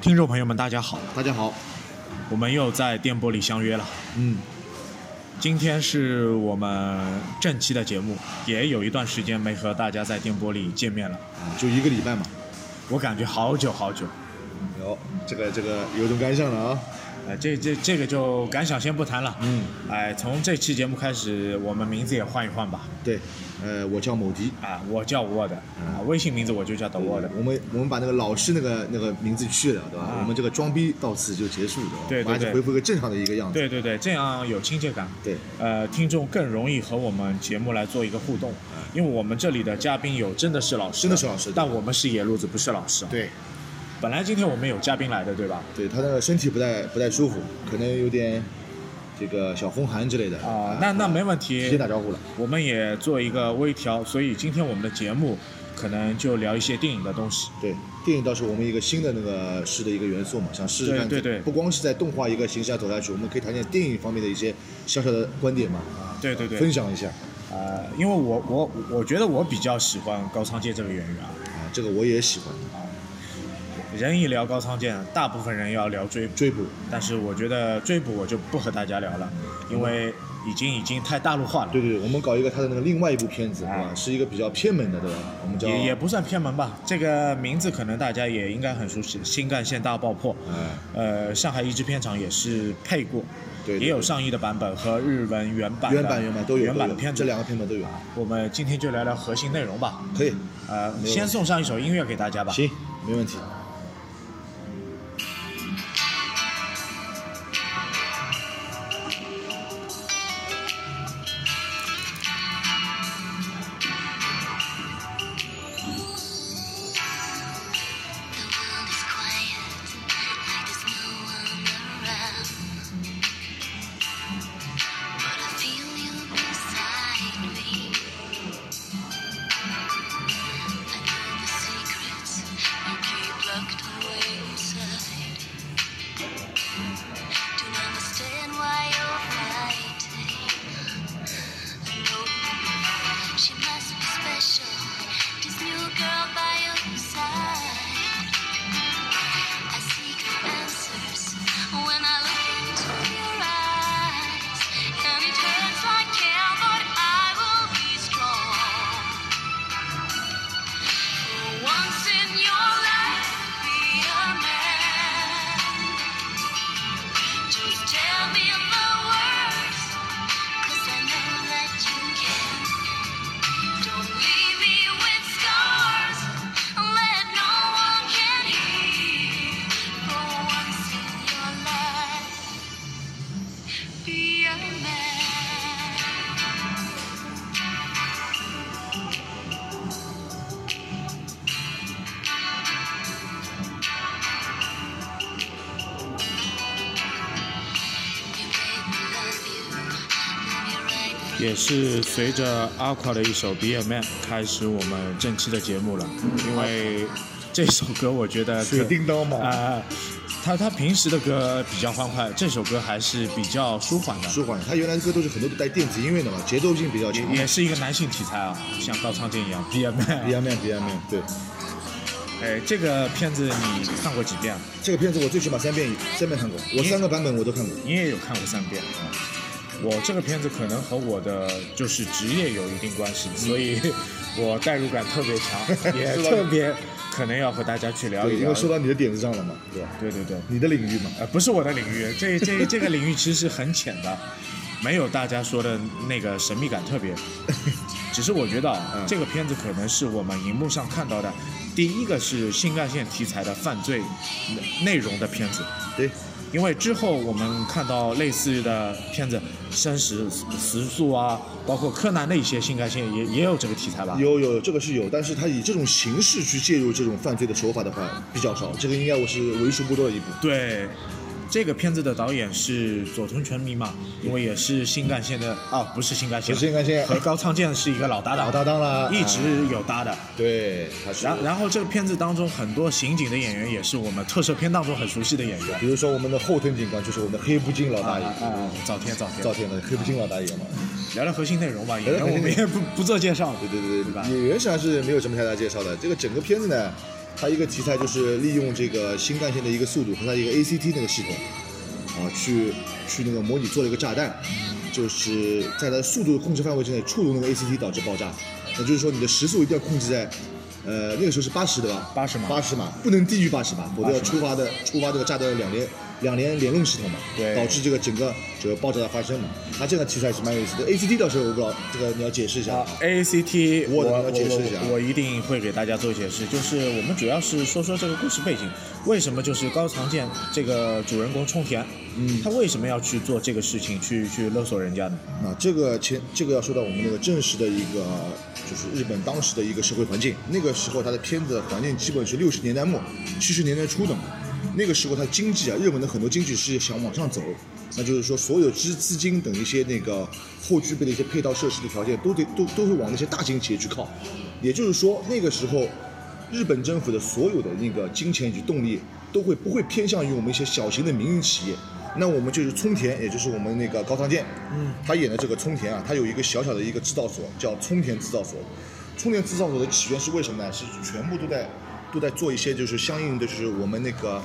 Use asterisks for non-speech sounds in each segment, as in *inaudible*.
听众朋友们，大家好，大家好，我们又在电波里相约了。嗯，今天是我们正期的节目，也有一段时间没和大家在电波里见面了，啊，就一个礼拜嘛，我感觉好久好久。有这个这个有种感想了啊，呃，这这这个就感想先不谈了。嗯，哎，从这期节目开始，我们名字也换一换吧。对，呃，我叫某迪，啊，我叫 Word，啊，嗯微信名字我就叫 The Word。我们我们把那个老师那个那个名字去了，对吧？啊我们这个装逼到此就结束，吧？对对我们还对是恢复个正常的一个样子，对对对，这样有亲切感。对呃，听众更容易和我们节目来做一个互动，因为我们这里的嘉宾有真的是老师，嗯真的是老师对但我们是野路子，不是老师。，对本来今天我们有嘉宾来的，对吧？对，他那个身体不太不太舒服，可能有点这个小风寒之类的啊、那那没问题，提前打招呼了，我们也做一个微调，所以今天我们的节目可能就聊一些电影的东西。对。电影倒是我们一个新的那个试的一个元素嘛，想试试对看，对对不光是在动画一个形式下走下去，我们可以谈点电影方面的一些小小的观点嘛，啊，对对对，分享一下。啊呃，因为我我我觉得我比较喜欢高仓健这个演员啊，啊，这个我也喜欢人一聊高仓健，大部分人要聊追捕，追捕。但是我觉得追捕我就不和大家聊了，因为已经已经太大陆化了，对对对，我们搞一个他的那个另外一部片子，对吧？哎是一个比较偏门的，对吧？我们叫也也不算偏门吧。这个名字可能大家也应该很熟悉，《新干线大爆破》。哎，呃，上海译制片厂也是配过，对，对也有上译的版本和日文原版对的原版原版都有原版的都有片子啊这。两个片本都有，我们今天就聊聊核心内容吧。可以，呃，题先送上一首音乐给大家吧。行，没问题。 The world is quiet, like there's no one around. But I feel you beside me. I know the secrets you keep locked away inside. Don't understand why you're fighting. No. She must be special. This new girl by your side. I seek answers when I look into your eyes. And it hurts like hell, but I will be strong. For once in your life, be a man. Just tell me the words, 'cause I know that you can. Don't leave me with scars. Let no one can hear. For once in your life, be a man. You made me love you. Love you right from 也是随着阿 q 的一首《Be a Man》开始我们正期的节目了，因为这首歌我觉得可水叮当嘛，啊、他他平时的歌比较欢快，这首歌还是比较舒缓的，舒缓。他原来的歌都是很多都带电子音乐的嘛，节奏性比较强。也也是一个男性题材啊，像高仓健一样，Be a B Man。 *laughs* M N B M N，对，哎，这个片子你看过几遍了？这个片子我最起码三遍三遍看过，我三个版本我都看过。你也有看过三遍啊。我这个片子可能和我的就是职业有一定关系，所以嗯我代入感特别 *laughs* 强，也是吧特别可能要和大家去聊一对，因聊为。说到你的点子上了嘛，对吧？对对对，你的领域嘛，呃，不是我的领域，这 *laughs* 这这个领域其实很浅的，没有大家说的那个神秘感特 *laughs* 别。只是我觉得啊，嗯这个片子可能是我们荧幕上看到的第一个是新干线题材的犯罪内内容的片子。对，因为之后我们看到类似的片子，《生死时速》啊，包括柯南的一些新干线也也有这个题材吧。有有有，这个是有，但是他以这种形式去介入这种犯罪的手法的话比较少，这个应该我是为数不多的一部。对，这个片子的导演是佐藤全弥嘛，因为也是新干线的啊，不是新干线，不是新干线和高仓健是一个老搭档，老搭档啦啊一直有搭的。对，他是。然然后这个片子当中很多刑警的演员也是我们特摄片当中很熟悉的演员。比如说我们的后藤警官就是我们的黑布金老大爷，啊，早天早天，赵天的黑布金老大爷嘛。聊聊核心内容吧，演员聊聊核我心们内也不不做介绍了。对对对对吧对，演员上是没有什么太大介绍的。这个整个片子呢，它一个题材就是利用这个新干线的一个速度和它一个 ACT 那个系统，啊，去去那个模拟做了一个炸弹，就是在它的速度控制范围之内触动那个 ACT 导致爆炸，也就是说你的时速一定要控制在。呃，那个时候是八十对吧？ 80码八十码，不能低于八十码，否则80要码触发的触发这个炸弹的两连两连联动系统嘛，对导致这个整个这个爆炸的发生嘛。它这个题材是蛮有意思的。ACT 到时候我不知道这个你要解释一下。啊，ACT，我我我解释一下我我一定会给大家做解释。就是我们主要是说说这个故事背景，为什么就是高仓健这个主人公冲田，嗯他为什么要去做这个事情，去去勒索人家呢？啊，这个前这个要说到我们那个真实的一个，就是日本当时的一个社会环境。那个时候它的片子环境基本是六十年代末、七十年代初的嘛。那个时候它经济啊，日本的很多经济是想往上走，那就是说所有资资金等一些那个后具备的一些配套设施的条件都得都都会往那些大型企业去靠。也就是说那个时候。日本政府的所有的那个金钱与动力都会不会偏向于我们一些小型的民营企业？那我们就是冲田，也就是我们那个高仓健，嗯，他演的这个冲田啊，他有一个小小的一个制造所，叫冲田制造所。冲田制造所的起源是为什么呢？是全部都在都在做一些就是相应的就是我们那个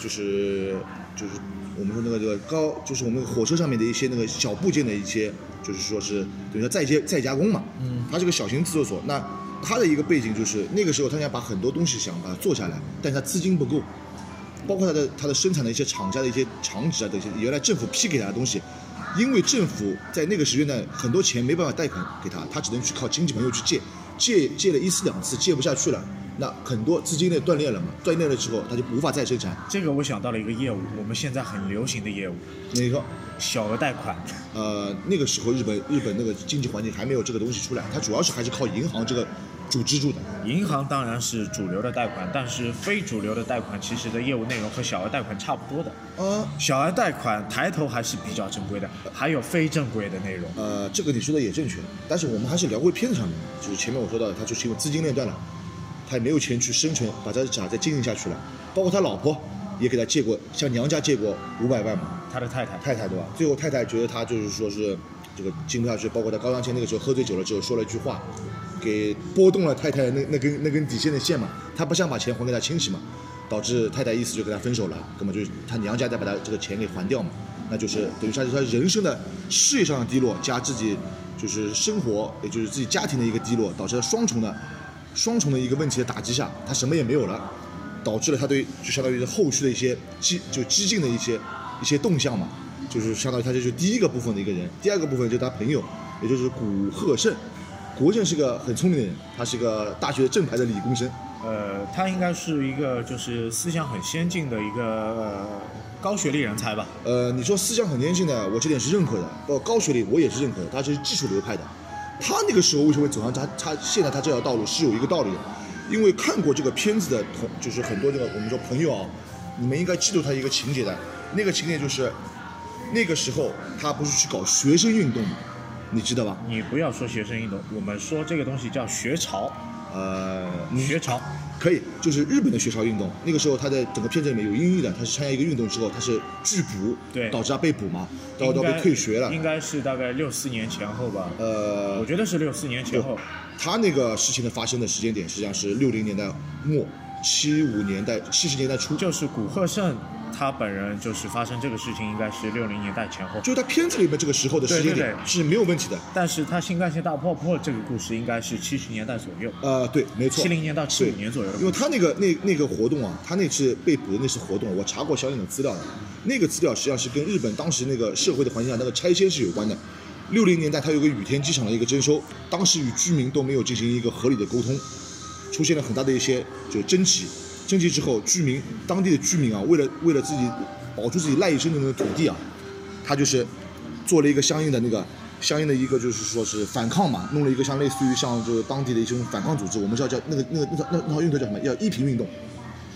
就是就是我们说那个这个高就是我们那个火车上面的一些那个小部件的一些就是说是等于说再接再加工嘛，嗯，它是个小型制作所。那它的一个背景就是那个时候他想把很多东西想把它做下来，但是他资金不够，包括它的它的生产的一些厂家的一些厂址啊等一些，原来政府批给他的东西，因为政府在那个时间段很多钱没办法贷款给他，他只能去靠亲戚朋友去借，借借了一次两次借不下去了，那很多资金链断裂了嘛，断裂了之后他就无法再生产。这个我想到了一个业务，我们现在很流行的业务，那个小额贷款。呃那个时候日本日本那个经济环境还没有这个东西出来，它主要是还是靠银行这个主支柱的。银行当然是主流的贷款，但是非主流的贷款其实的业务内容和小额贷款差不多的。呃小额贷款抬头还是比较正规的，还有非正规的内容。呃，这个你说的也正确，但是我们还是聊回片子上面，就是前面我说到的，他就是因为资金链断了，他也没有钱去生存，把这家再经营下去了，包括他老婆也给他借过，向娘家借过五百万嘛，他的太太，太太对吧？最后太太觉得他就是说是这个经不下去，包括他高仓健那个时候喝醉酒了之后说了一句话，给拨动了太太那那根那根底线的线嘛，他不想把钱还给他亲戚嘛，导致太太意思就跟他分手了，根本就是他娘家再把他这个钱给还掉嘛，那就是等于他是他人生的事业上的低落加自己就是生活也就是自己家庭的一个低落，导致他双重的双重的一个问题的打击下，他什么也没有了。导致了他对就相当于是后续的一些激就激进的一些一些动向嘛，就是相当于他这就是第一个部分的一个人，第二个部分就是他朋友，也就是古贺胜。古贺胜是个很聪明的人，他是个大学正牌的理工生，呃，他应该是一个就是思想很先进的一个、呃、高学历人才吧。呃，你说思想很先进的，我这点是认可的，包括高学历我也是认可的，他是技术流派的。他那个时候为什么会走上他他现在他这条道路是有一个道理的，因为看过这个片子的同就是很多这个我们说朋友啊，你们应该记住他一个情节的，那个情节就是那个时候他不是去搞学生运动嘛，你知道吧？你不要说学生运动，我们说这个东西叫学潮，呃，学潮。可以，就是日本的学潮运动。那个时候他在整个片子里面有阴郁的，他是参加一个运动之后他是拒捕，对导致他被捕嘛，导应致他该被退学了。应该是大概六四年前后吧。呃哦我，觉得是六四年前后。他那个事情的发生的时间点实际上是六零年代末、七五年代、七十年代初，就就是古贺胜他本人就是发生这个事情，应该是六零年代前后。是他片子里面这个时候的时间对对点对是没有问题的。但是他新干线大爆破这个故事应该是七十年代左右，呃，对，没错，七零年到七对五年左右的因为他那个那那个活动啊，他那次被捕的那次活动，我查过相应的资料的，那个资料实际上是跟日本当时那个社会的环境下啊那个拆迁是有关的。六零年代，它有个羽田机场的一个征收，当时与居民都没有进行一个合理的沟通，出现了很大的一些就是争执。争执之后，居民当地的居民啊，为了为了自己保住自己赖以生存的土地啊，他就是做了一个相应的那个相应的一个就是说是反抗嘛，弄了一个像类似于像就是当地的一种反抗组织，我们叫叫那个那个那个那那套运动叫什么？叫一平运动。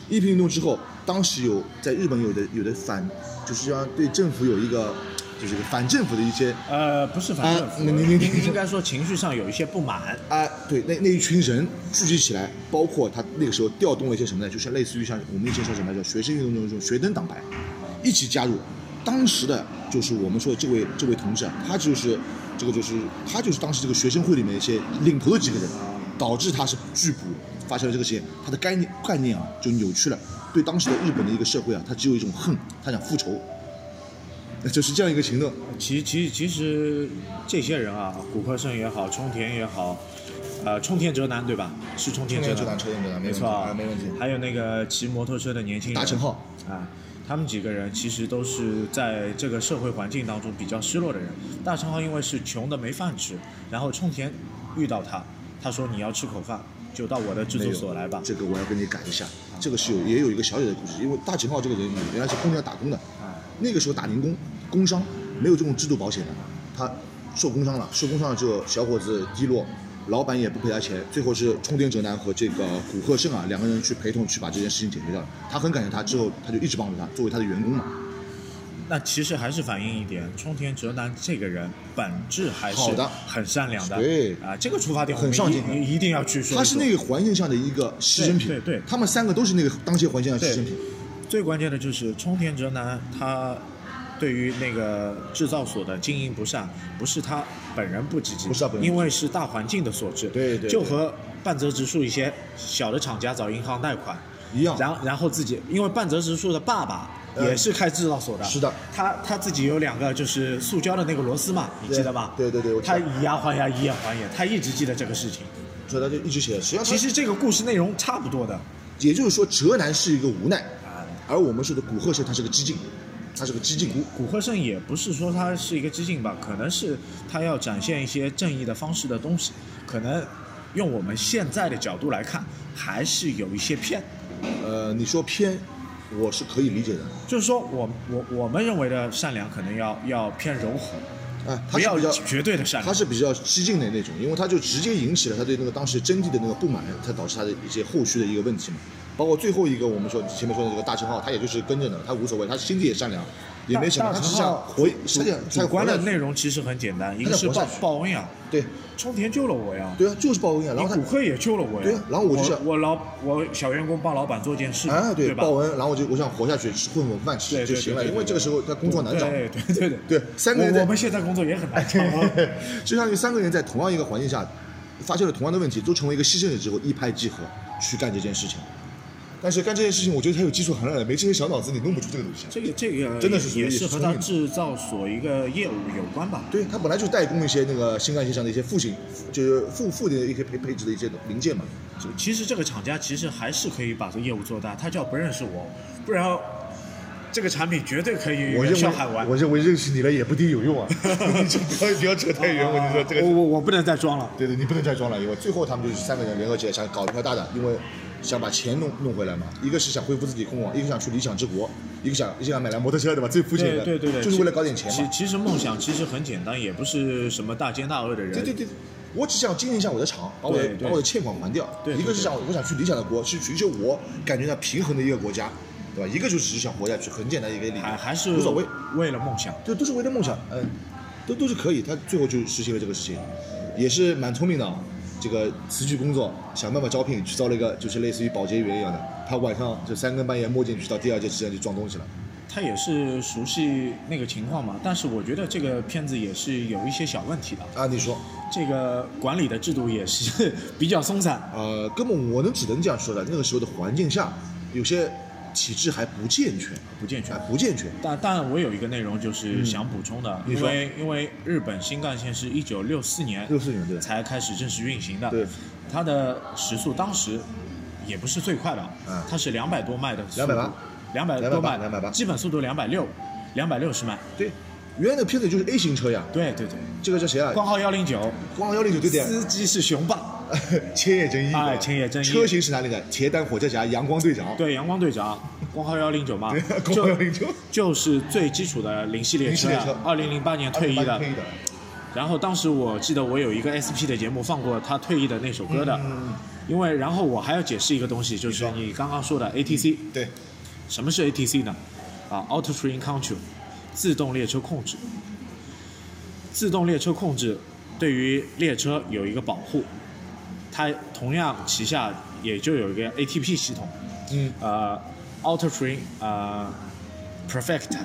一平运动之后，当时有在日本有的有的反，就是要对政府有一个就是一个反政府的一些呃，不是反政府，啊你你你应应该说情绪上有一些不满。啊，对，那那一群人聚集起来，包括他那个时候调动了一些什么呢？就是类似于像我们以前说什么叫学生运动中的这种学生党派，一起加入。当时的就是我们说的这位这位同志啊，他就是这个就是他就是当时这个学生会里面一些领头的几个人，导致他是拒捕，发生了这个事情，他的概念概念啊就扭曲了，对当时的日本的一个社会啊，他只有一种恨，他想复仇，就是这样一个行动。其其其实这些人啊，古柯胜也好，冲田也好，呃，冲田哲男对吧？是冲田哲冲田哲男冲田哲男没没问题错啊啊，没问题还有那个骑摩托车的年轻人大成浩啊。他们几个人其实都是在这个社会环境当中比较失落的人。大成浩因为是穷的没饭吃，然后冲田遇到他，他说你要吃口饭，就到我的制没作有所来吧。这个我要跟你改一下，这个是有也有一个小小的故事，因为大秦昊这个人原来是公家打工的，啊，那个时候打零工，工伤没有这种制度保险的，他受工伤了，受工伤了之后，小伙子低落，老板也不赔他钱，最后是冲天哲男和这个古贺胜啊两个人去陪同去把这件事情解决掉了。他很感谢他，之后他就一直帮助他，作为他的员工嘛，那其实还是反映一点，冲田哲男这个人本质还是好的很善良的。对啊，这个出发点我们很上进一一定要去说一说。他是那个环境下的一个牺牲品，对对对他们三个都是那个当前环境下的牺对牲品，最关键的就是冲田哲男他对于那个制造所的经营不善，不是他本人不积极，不是他本人因为是大环境的所致。对对对就和半泽直树一些小的厂家找银行贷款。一样然然后自己，因为半泽直树的爸爸嗯也是开制造所的，是的，他他自己有两个就是塑胶的那个螺丝嘛，你对记得吧？对对对我记他得以牙还牙，以眼还眼，他一直记得这个事情。所以他就一直写。实际上他其实这个故事内容差不多的，也就是说，哲男是一个无奈，啊，而我们说的古贺社他是个激进，他是个激进古贺胜也不是说他是一个激进吧，可能是他要展现一些正义的方式的东西，可能用我们现在的角度来看，还是有一些偏。呃，你说偏，我是可以理解的。就是说我我我们认为的善良，可能要要偏柔和，啊，他不是要比较，绝对的善他良。是比较激进的那种，因为他就直接引起了他对那个当时真谛的那个不满，才导致他的一些后续的一个问题嘛。包括最后一个我们说前面说的这个大称号，他也就是跟着的，他无所谓，他心地也善良，也没什么，大大他只成是想浩回，他想他主想观的回来内容其实很简单，一他个想是活下报去报恩呀，对冲田救了我呀，对啊，就是报恩呀，然后你他骨科也救了我呀，对啊然后我就想我老我小员工帮老板做件事，哎对吧？报恩，然后我就我想活下去，吃混口饭对吃对就对行了，对对因为这个时候他工作难找，对对对对对三个人在我我们现在工作也很难 *laughs* 找啊。就相当于三个人在同样一个环境下，发现了同样的问题，都成为一个牺牲者之后，一拍即合去干这件事情。但是干这件事情，我觉得他有技术含量的，没这些小脑子你弄不出这个东西。这个这个真的是属于也是和聪他明的制造所一个业务有关吧？对他本来就代工一些那个新干线上的一些副型，就是副副的一些配配置的一些零件嘛。就其实这个厂家其实还是可以把这业务做大，他叫不认识我，不然这个产品绝对可以我认上海玩为。我认为认识你了也不一定有用啊，你就不要不要扯太远，我就说这 *laughs* 个哦我我我不能再装了。对对，你不能再装了，因为最后他们就是三个人联合起来想搞一块大的，因为想把钱弄弄回来嘛。一个是想恢复自己控网，一个想去理想之国，一个想一个想买辆摩托车，对吧？最肤浅对的，对对对，就是为了搞点钱其嘛。其实梦想其实很简单，也不是什么大奸大恶的人。对对对，我只想经营一下我的厂，把我的对对把我的欠款还掉。对对一个是想我想去理想的国，去寻求我感觉到平衡的一个国家，对吧？一个就只是想活下去，很简单一个理还念，还是无所谓，为了梦想。对，都是为了梦想，啊嗯，都都是可以。他最后就实行了这个事情，也是蛮聪明的啊。这个辞去工作，想办法招聘，去招了一个就是类似于保洁员一样的。他晚上就三更半夜摸进去，到第二节时间就装东西了。他也是熟悉那个情况嘛，但是我觉得这个片子也是有一些小问题的，啊，你说，这个管理的制度也是 *laughs* 比较松散。呃，根本我能只能这样说的，那个时候的环境下，有些体制还不健全，不健全啊，不健全。但但我有一个内容就是想补充的，你因说为因为日本新干线是一九六四年六四年对才开始正式运行的，对，它的时速当时也不是最快的，嗯它是两百多迈的速度， 280两百多迈， 280基本速度两百六，两百六十迈，对，原来的片子就是 A 型车呀，对对对，这个叫谁啊？光号幺零九，光幺零九对不对？司机是雄霸， *laughs* 千叶真一，哎千叶真一车型是哪里的？铁胆火车侠、阳光队长。，对，阳光队 *laughs* 长，光号幺零九嘛 *laughs* 光就号109就是最基础的零系列零系车列车，二零零八年 *laughs* 退役的退。役的。然后当时我记得我有一个 SP 的节目放过他退役的那首歌的，因为然后我还要解释一个东西，就是嗯你刚刚说的嗯 ATC，对，什么是 ATC 呢？啊，Auto Train Control，自动列车控制。自动列车控制对于列车有一个保护，它同样旗下也就有一个 ATP 系统，嗯，呃，Auto Train，呃，Perfect，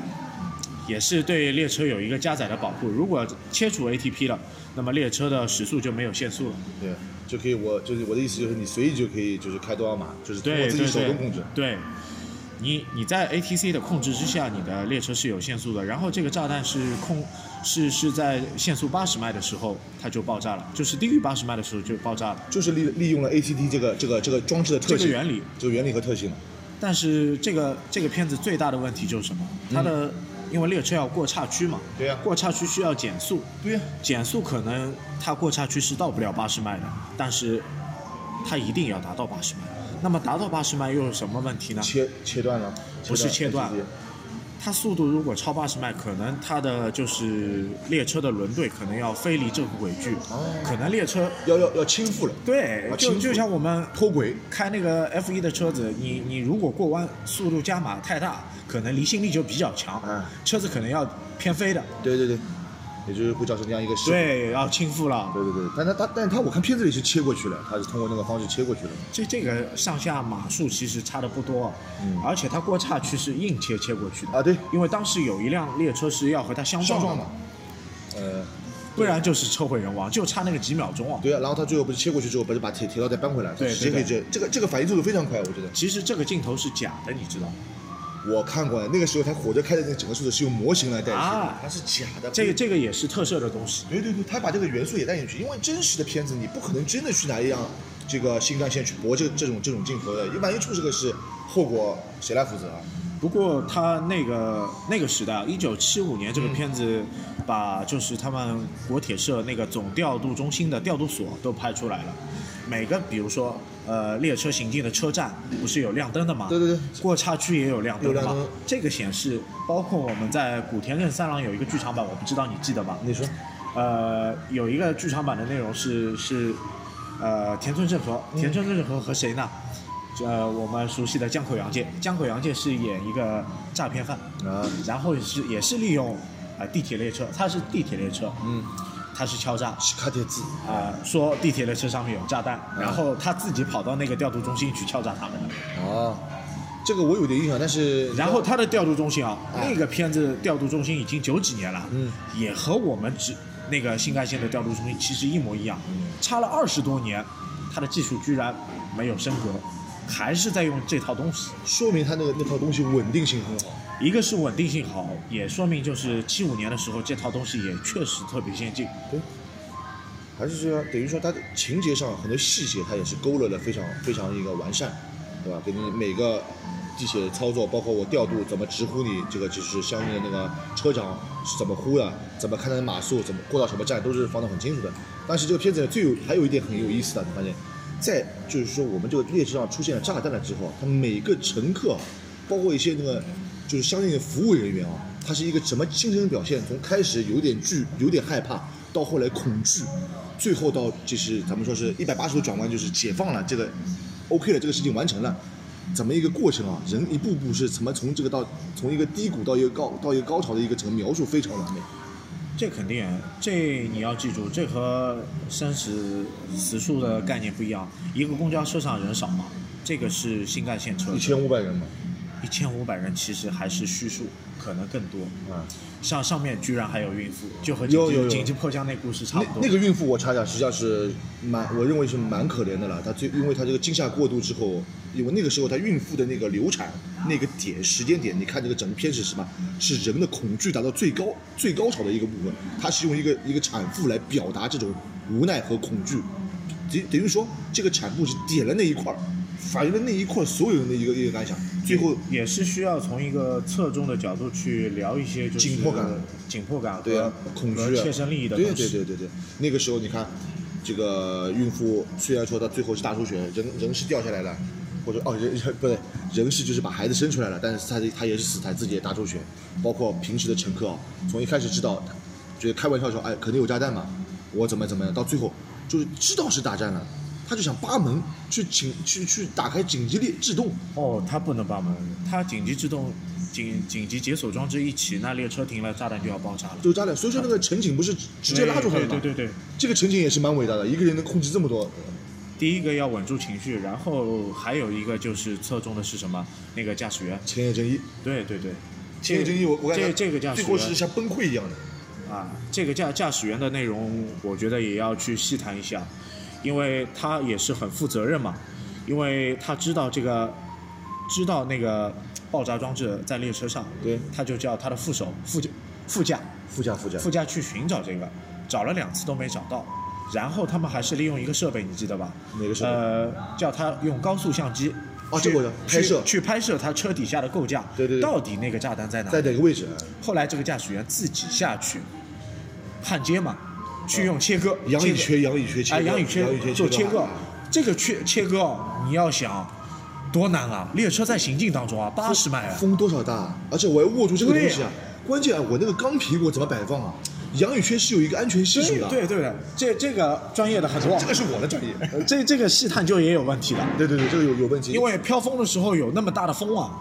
也是对列车有一个加载的保护。如果切除 ATP 了，那么列车的时速就没有限速了。对，就可以我就是我的意思就是你随意就可以就是开多少码，就是通过对自己对手对动控制。对，你你在 ATC 的控制之下，你的列车是有限速的。然后这个炸弹是控是是在限速八十迈的时候它就爆炸了，就是低于八十迈的时候就爆炸了。就是利利用了 ATT 这个这个这个装置的特这性个原理，这个原理和特性。但是这个这个片子最大的问题就是什么？它的、因为列车要过岔区嘛，嗯对呀过岔区需要减速，对呀、减速可能它过岔区是到不了八十迈的，但是它一定要达到八十迈。那么达到八十迈又有什么问题呢？切切断了，不是切断 ATT 它速度如果超八十迈，可能它的就是列车的轮队可能要飞离正轨距，可能列车要要哦要倾覆了，对啊，就倾覆就像我们脱轨。开那个 F 1的车子，你你如果过弯速度加码太大，可能离心力就比较强，嗯车子可能要偏飞的，对对对，也就是会造成这样一个事故。对，要倾覆了。对对对，但他他但是他我看片子里是切过去了，他是通过那个方式切过去了。这这个上下码数其实差的不多，啊嗯而且它过岔区是硬切切过去的啊对因为当时有一辆列车是要和它相相撞撞的嘛，呃，不然就是车毁人亡，就差那个几秒钟啊。对啊，然后他最后不是切过去之后，不是把铁铁道再搬回来，对直接可以这这个这个反应速度非常快，我觉得。其实这个镜头是假的，你知道吗？我看过了，那个时候他火车开的那整个速度是用模型来代替的啊，它是假的。这个这个也是特摄的东西。对对对，他把这个元素也带进去，因为真实的片子你不可能真的去拿一辆这个新干线去搏这这种这种镜头的，万一出这个事，后果谁来负责啊？不过他那个那个时代，一九七五年这嗯个片子，把就是他们国铁社那个总调度中心的调度所都拍出来了。每个比如说，呃，列车行进的车站不是有亮灯的吗？对对对过岔区也有亮灯的有吗亮灯？这个显示，包括我们在古田任三郎有一个剧场版，我不知道你记得吗？你说，呃，有一个剧场版的内容是是，呃，田村正和，嗯田村正和和谁呢？呃，我们熟悉的江口洋介，江口洋介是演一个诈骗犯，啊然后也是也是利用呃地铁列车，他是地铁列车，嗯，他是敲诈，啊、西卡铁字，说地铁列车上面有炸弹，嗯然后他自己跑到那个调度中心去敲诈他们的，哦，这个我有点印象，但是然后他的调度中心啊，嗯那个片子调度中心已经九几年了，嗯，也和我们只那个新干线的调度中心其实一模一样，差了二十多年，他的技术居然没有升格，还是在用这套东西。说明他那个那套东西稳定性很好。一个是稳定性好，也说明就是七五年的时候这套东西也确实特别先进。对，还是说等于说它的情节上很多细节，它也是勾勒的非常非常一个完善，对吧？给你每个地铁的操作，包括我调度怎么直呼你，这个就是相应的那个车长是怎么呼的，怎么看他的码数，怎么过到什么站，都是放得很清楚的。但是这个片子最有还有一点很有意思的，你发现，在就是说我们这个列车上出现了炸弹了之后，它每个乘客，包括一些那个就是相应的服务人员啊，他是一个什么精神表现？从开始有点惧，有点害怕，到后来恐惧，最后到就是咱们说是一百八十度转弯，就是解放了，这个 OK 了，这个事情完成了。怎么一个过程啊？人一步步是怎么从这个到从一个低谷到一个高到一个高潮的一个整个描述非常完美。这肯定，这你要记住，这和生死时速的概念不一样。一个公交车上人少嘛，这个是新干线车一千五百人嘛，一千五百人其实还是虚数，可能更多。啊、上上面居然还有孕妇，就和有紧有有急紧急迫降那故事差不那多。那个孕妇我查一下，实际上是蛮，我认为是蛮可怜的了。她最因为她这个惊吓过度之后，因为那个时候她孕妇的那个流产那个点时间点，你看这个整个片是什么？是人的恐惧达到最高最高潮的一个部分。她是用一个一个产妇来表达这种无奈和恐惧，等等于说这个产妇是点了那一块儿，反映了那一块儿所有人的一个一个感想，最后也是需要从一个侧重的角度去聊一些就是紧迫感、紧迫感和对啊，恐惧和啊，切身利益的对东对西。对对对，那个时候你看，这个孕妇虽然说她最后是大出血，人人是掉下来了，或者哦人人不对，人是就是把孩子生出来了，但是她她也是死胎，自己也大出血，包括平时的乘客啊，从一开始知道，觉得开玩笑说哎肯定有炸弹嘛，我怎么怎么样，到最后就是知道是大战了。他就想扒门去请去去打开紧急列制动，哦，他不能帮忙，他紧急制动、紧紧急解锁装置一起，那列车停了，炸弹就要爆炸了。就是炸弹。所以说那个乘警不是直接拉住他了啊对吗？对对对对，这个乘警也是蛮伟大的，一个人能控制这么多。呃第一个要稳住情绪，然后还有一个就是侧重的是什么？那个驾驶员。千叶真一，对对对，千与真一我我感觉这这个叫最后学是像崩溃一样的。啊，这个驾驾驶员的内容，我觉得也要去细谈一下，因为他也是很负责任嘛，因为他知道这个，知道那个爆炸装置在列车上，对他就叫他的副手副驾副驾副驾副驾副驾去寻找这个，找了两次都没找到，然后他们还是利用一个设备，你记得吧？哪个设备呃，叫他用高速相机。哦去这个拍摄去去拍摄他车底下的构架，对对对到底那个炸弹在哪里？在哪个位置？后来这个驾驶员自己下去焊接嘛，去用切割，啊杨宇切缺杨宇缺切啊割杨宇缺杨宇缺做切割啊，这个切切割哦，你要想多难啊！列车在行进当中啊，八十迈啊，风多少大啊？而且我要握住这个对东西啊！关键啊我那个钢皮我怎么摆放啊？杨宇缺是有一个安全系数的，对对对的，这这个专业的很多这，个是我的专业。呃这这个细探究也有问题的， *laughs* 对对对，这个有有问题，因为飘风的时候有那么大的风啊，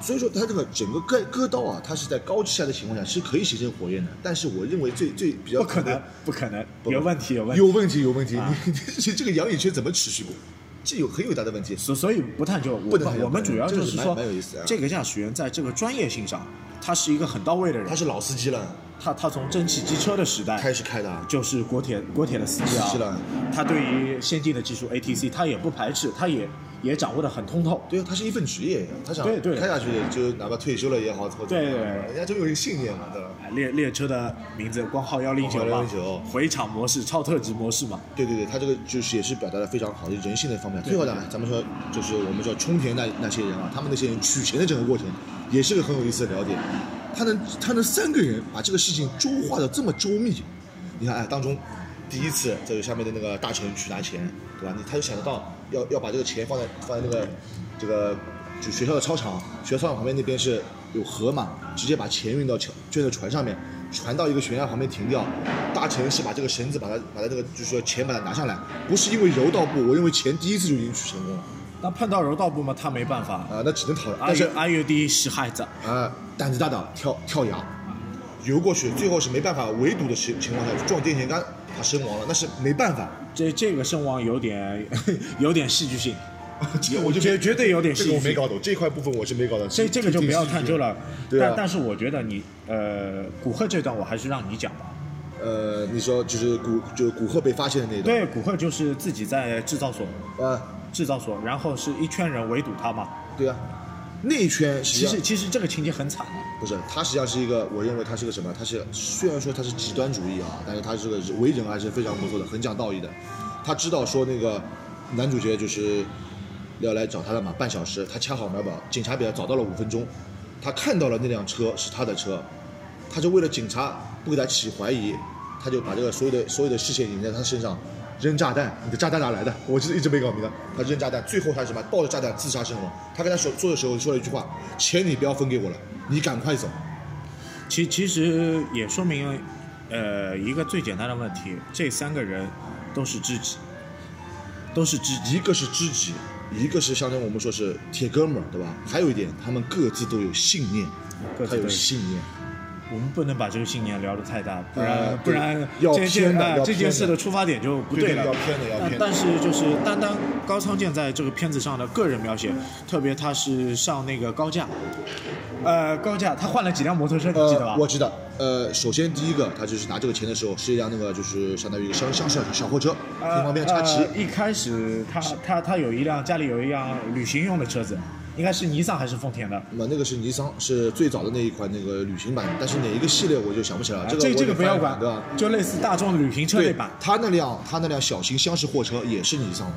所以说它这个整个割割刀啊，它是在高气压的情况下是可以形成火焰的，但是我认为最最比较不可能，不可能，不可能有问题有问有题，问题有问题，啊你 *laughs* 这这个杨宇缺怎么持续过？这有很有大的问题。所所以不探究，我不能们有我们主要这就个是是蛮说蛮有意思的啊，这个驾驶员在这个专业性上，他是一个很到位的人他，是老司机了，他他从蒸汽机车的时代开始开的啊，就是国铁国铁的司机啊，是的他对于先进的技术 ATC 他也不排斥，他也也掌握的很通透。对啊，他是一份职业呀，他想对对开下去就哪怕退休了也好，或者对对对人家就有一个信念嘛，对吧？哎列列车的名字光号幺零九光嘛号109，回场模式、超特急模式嘛，对对对，他这个就是也是表达的非常好，就人性的方面。最后呢，咱们说就是我们说冲田那那些人啊，他们那些人取钱的整个过程，也是个很有意思的了解。他能他能三个人把这个事情周化的这么周密，你看哎，当中第一次在下面的那个大臣去拿钱，对吧？你他就想得到要要把这个钱放在放在那个这个就学校的操场，学校操场旁边那边是有河嘛，直接把钱运到船运到船上面，船到一个悬崖旁边停掉。大臣是把这个绳子把它把它那个就是说钱把它拿上来，不是因为柔道部，我认为钱第一次就已经取成功了那碰到柔道部嘛，他没办法啊、，那只能讨阿但是尤阿尤迪是孩子，啊，胆子大的跳跳崖，游过去，最后是没办法围堵的情情况下撞电线杆，他身亡了，那是没办法。这这个身亡有点 *laughs* 有点戏剧性， *laughs* 这个我就绝绝对有点这戏剧个我没性。搞懂，这块部分我是没搞懂。这这个就不要探究了，对啊但但是我觉得你呃古贺这段我还是让你讲吧。呃，你说就是古就是古贺被发现的那一段，对，古贺就是自己在制造所对啊，制造所，然后是一圈人围堵他嘛。对啊，那一圈实际其上实其实这个情节很惨的，不是，他实际上是一个，我认为他是个什么？他是虽然说他是极端主义啊，但是他这个为人还是非常不错的，很讲道义的。他知道说那个男主角就是要来找他的嘛，半小时，他掐好秒表，警察比他早到了五分钟，他看到了那辆车是他的车，他就为了警察不给他起怀疑，他就把这个所有的所有的视线引在他身上，扔炸弹。你的炸弹哪来的？我就是一直没搞明白。他扔炸弹，最后他什么抱着炸弹自杀身亡。他跟他说做的时候说了一句话：“钱你不要分给我了，你赶快走。其其实也说明，呃，一个最简单的问题，这三个人都是知己，都是知”己。一个是知己，一个是相当于我们说是铁哥们儿，对吧？还有一点，他们各自都有信念，各自他都有有信念。我们不能把这个信念聊得太大，不然、呃不然对要这件偏的啊要这件偏事的的出发点就不对了。要偏的要但偏的但是就是单单高仓健在这个片子上的个人描写，特别他是上那个高架，呃，高架他换了几辆摩托车，你记得吧？呃，我知道。呃，首先第一个，他就是拿这个钱的时候是一辆那个就是相当于一个厢厢式小货车，呃停旁边插旗。呃一开始他他他有一辆家里有一辆旅行用的车子，应该是尼桑还是丰田的？那么那个是尼桑，是最早的那一款那个旅行版，但是哪一个系列我就想不起来了。啊这个这我这个不要管对吧？，就类似大众旅行车那对版，，他那辆他那辆小型厢式货车也是尼桑的，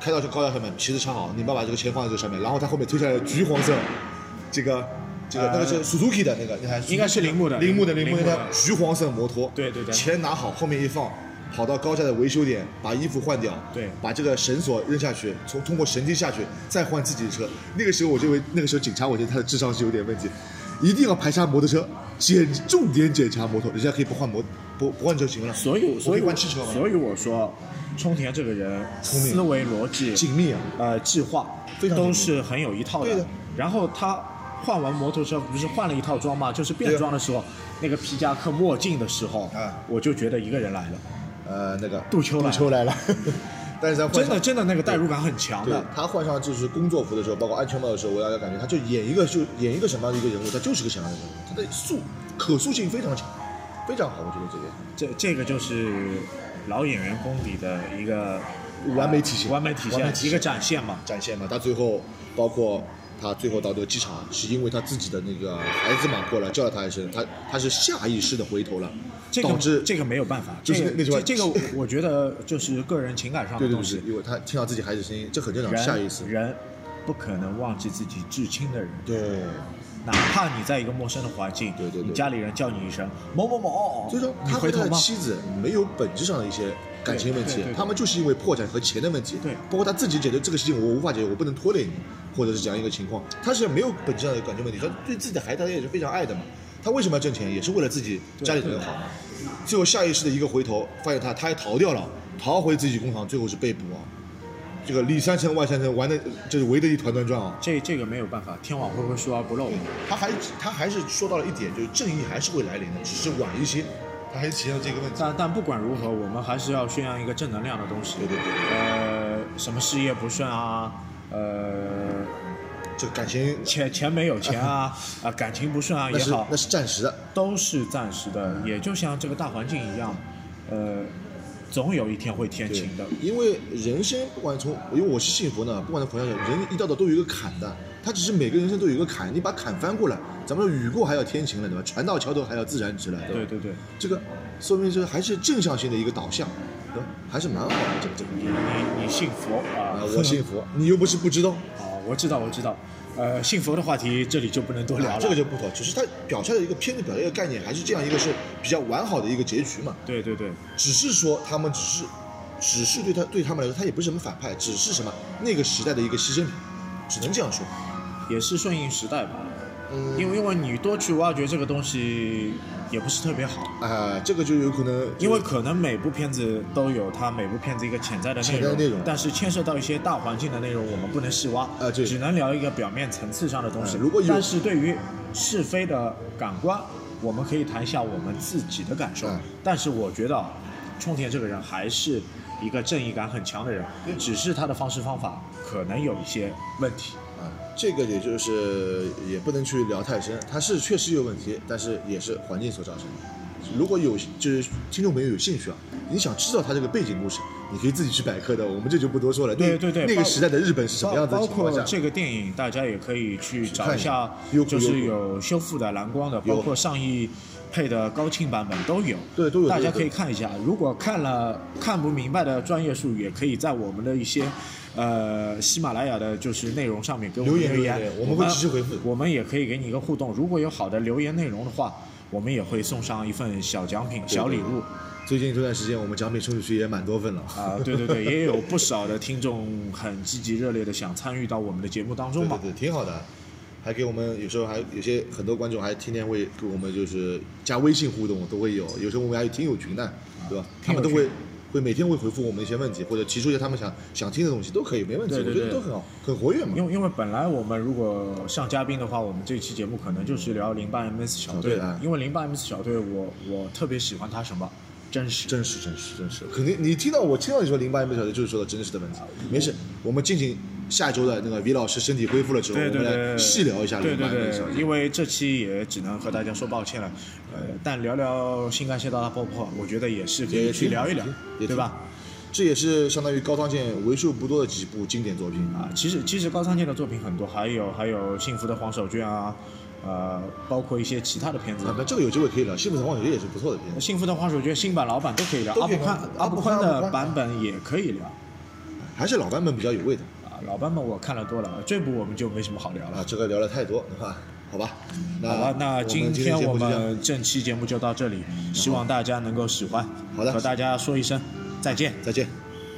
开到这高架上面，旗子插好，你爸把这个钱放在这上面，然后他后面推下来橘黄色，这个这个、呃那个是 Suzuki 的那个，你还应该是铃木的铃木的铃铃木木的那辆橘黄色摩托，对对对钱拿好，后面一放。跑到高架的维修点，把衣服换掉，对把这个绳索扔下去，从通过绳机下去，再换自己的车。那个时候我认为，那个时候警察，我觉得他的智商是有点问题，一定要排查摩托车，检重点检查摩托，人家可以不换摩不不换车行了。所以所我可以以换汽车吗所以我说，冲田这个人聪明思维逻辑紧密啊，呃计划非常紧都密是很有一套对的然后他换完摩托车不是换了一套装嘛，就是变对啊装的时候，那个皮夹克墨镜的时候啊，我就觉得一个人来了。呃，那个 *laughs* 杜秋来杜秋来了，但是他换真上的真的那个代入感很强对的，他换上就是工作服的时候，包括安全帽的时候，我大家感觉他就演一个就演一个什么样的一个人物，他就是个什么样的人物，他的塑可塑性非常强，非常好，我觉得这个这这个就是老演员功底的一个完美体现完美体完美现体现一个展现嘛。展现嘛。他最后包括他最后到这个机场，是因为他自己的那个孩子嘛过来叫了他一声，他他是下意识的回头了，这个导致这个没有办法，就是这那那句话个这这个我我觉得就是个人情感上对的对东对西对，，因为他听到自己孩子声音，这很正常，人下意识。人不可能忘记自己至亲的人，对，哪怕你在一个陌生的环境，对对对你家里人叫你一声某某某，所以说你他回和他头的吗？妻子没有本质上的一些感情问对题对对，对他们就是因为破产和钱的问题，对包括他自己解决这个事情，我无法解决，我不能拖累你，或者是这样一个情况，他是没有本质上的感情问题，他对自己的孩子他也是非常爱的嘛，他为什么要挣钱，也是为了自己家里人好嘛，最后下意识的一个回头，发现他他也逃掉了，逃回自己工厂，最后是被捕啊，这个里三层外三层玩的就是围得一团乱转啊，这这个没有办法，天网恢恢，疏而不漏。他还他还是说到了一点，就是正义还是会来临的，只是晚一些，他还是提到这个问题，但但不管如何，我们还是要宣扬一个正能量的东西。对对对对。呃，什么事业不顺啊，呃，这个感情钱钱没有钱啊， *laughs* 啊、感情不顺啊那也是好那，是嗯暂时的，都是暂时的，也就像这个大环境一样，呃，总有一天会天对晴的。因为人生不管从，因为我是信佛呢，不管从佛教讲，人一到的都有一个坎的，他只是每个人生都有一个坎，你把坎翻过来，咱们说雨过还要天晴了，对吧？船到桥头还要自然直来，对吧？对对，这个说明这个还是正向性的一个导向，对吧？还是蛮好的，这个这个。你你你信佛啊啊，？我信佛，你又不是不知道， *laughs* 啊，我知道我知道。呃，信佛的话题这里就不能多聊了。 *laughs* 这个就不妥。只是它表现的一个片子表现的一个概念，还是这样一个是比较完好的一个结局嘛。对对对，只是说他们只是，只是对他对他们来说，他也不是什么反派，只是什么那个时代的一个牺牲品，只能这样说。也是顺应时代吧。嗯因为因为你多去挖掘这个东西，也不是特别好。啊、这个就有可能，因为可能每部片子都有它每部片子一个潜在的内潜在容，内容但是牵涉到一些大环境的内容，我们不能细挖，呃对只能聊一个表面层次上的东西。呃如果有但是对于是非的感官，我们可以谈一下我们自己的感受。嗯但是我觉得啊，冲田这个人还是一个正义感很强的人，只是他的方式方法可能有一些问题。啊、这个也就是也不能去聊太深，它是确实有问题，但是也是环境所造成的。如果有就是听众朋友有兴趣啊，你想知道它这个背景故事，你可以自己去百科的，我们这就不多说了。对那对对那个包时代的日本是什么包样子的包情况括下？这个电影，大家也可以去找看一一下下优，酷就是优有修复的、蓝光的，有包括上亿配的高清版本都有。对都有大都家有可以看一下。如果看了看不明白的专业术语，也可以在我们的一些。呃，喜马拉雅的就是内容上面给我们留言留留言我我们会及时回复我们也可以给你一个互动。如果有好的留言内容的话，我们也会送上一份小奖品、小礼物。最近这段时间，我们奖品送出去也蛮多份了。啊、对对对，也有不少的听众很积极热烈的想参与到我们的节目当 *laughs* 中嘛。对对对，挺好的，还给我们有时候还有些很多观众还天天会给我们就是加微信互动都会有，有时候我们还有听友群啊呢，对吧？他们都听友会会每天会回复我们一些问题，或者提出一些他们想想听的东西都可以，没问题，对对我觉得对都很好，很活跃嘛。因为因为本来我们如果上嘉宾的话，我们这期节目可能就是聊零八 MS 小队小队啊的，因为零八 MS 小队我我特别喜欢他什么真实，真实，真实，真实，肯定你听到我听到你说零八一小时，就是说的真实的问题。没事，我们敬请下周的那个李老师身体恢复了之后，对对我们对，来细聊一下对零对八一小对，时。因为这期也只能和大家说抱歉了，呃，但聊聊新干线大大爆破，我觉得也是可以也去挺好聊一聊也挺，也对挺吧？这也是相当于高仓健为数不多的几部经典作品啊，其实其实高仓健的作品很多，还有还有《幸福的黄手绢》啊，呃，包括一些其他的片子，啊，那这个有机会可以聊，《幸福的黄小姐》也是不错的片子。幸福的花手绢新版老版都可以聊，都阿可以布聊宽阿阿布布宽宽阿布的宽版本也可以聊还是老版本比较有味道啊。老版本我看了多了，这部我们就没什么好聊啊了。。这个聊了太多，啊，好吧？那好吧，那我们今天节我目就这样们这期节目就到这里，希望大家能够喜欢，好的和大家说一声再见。再见。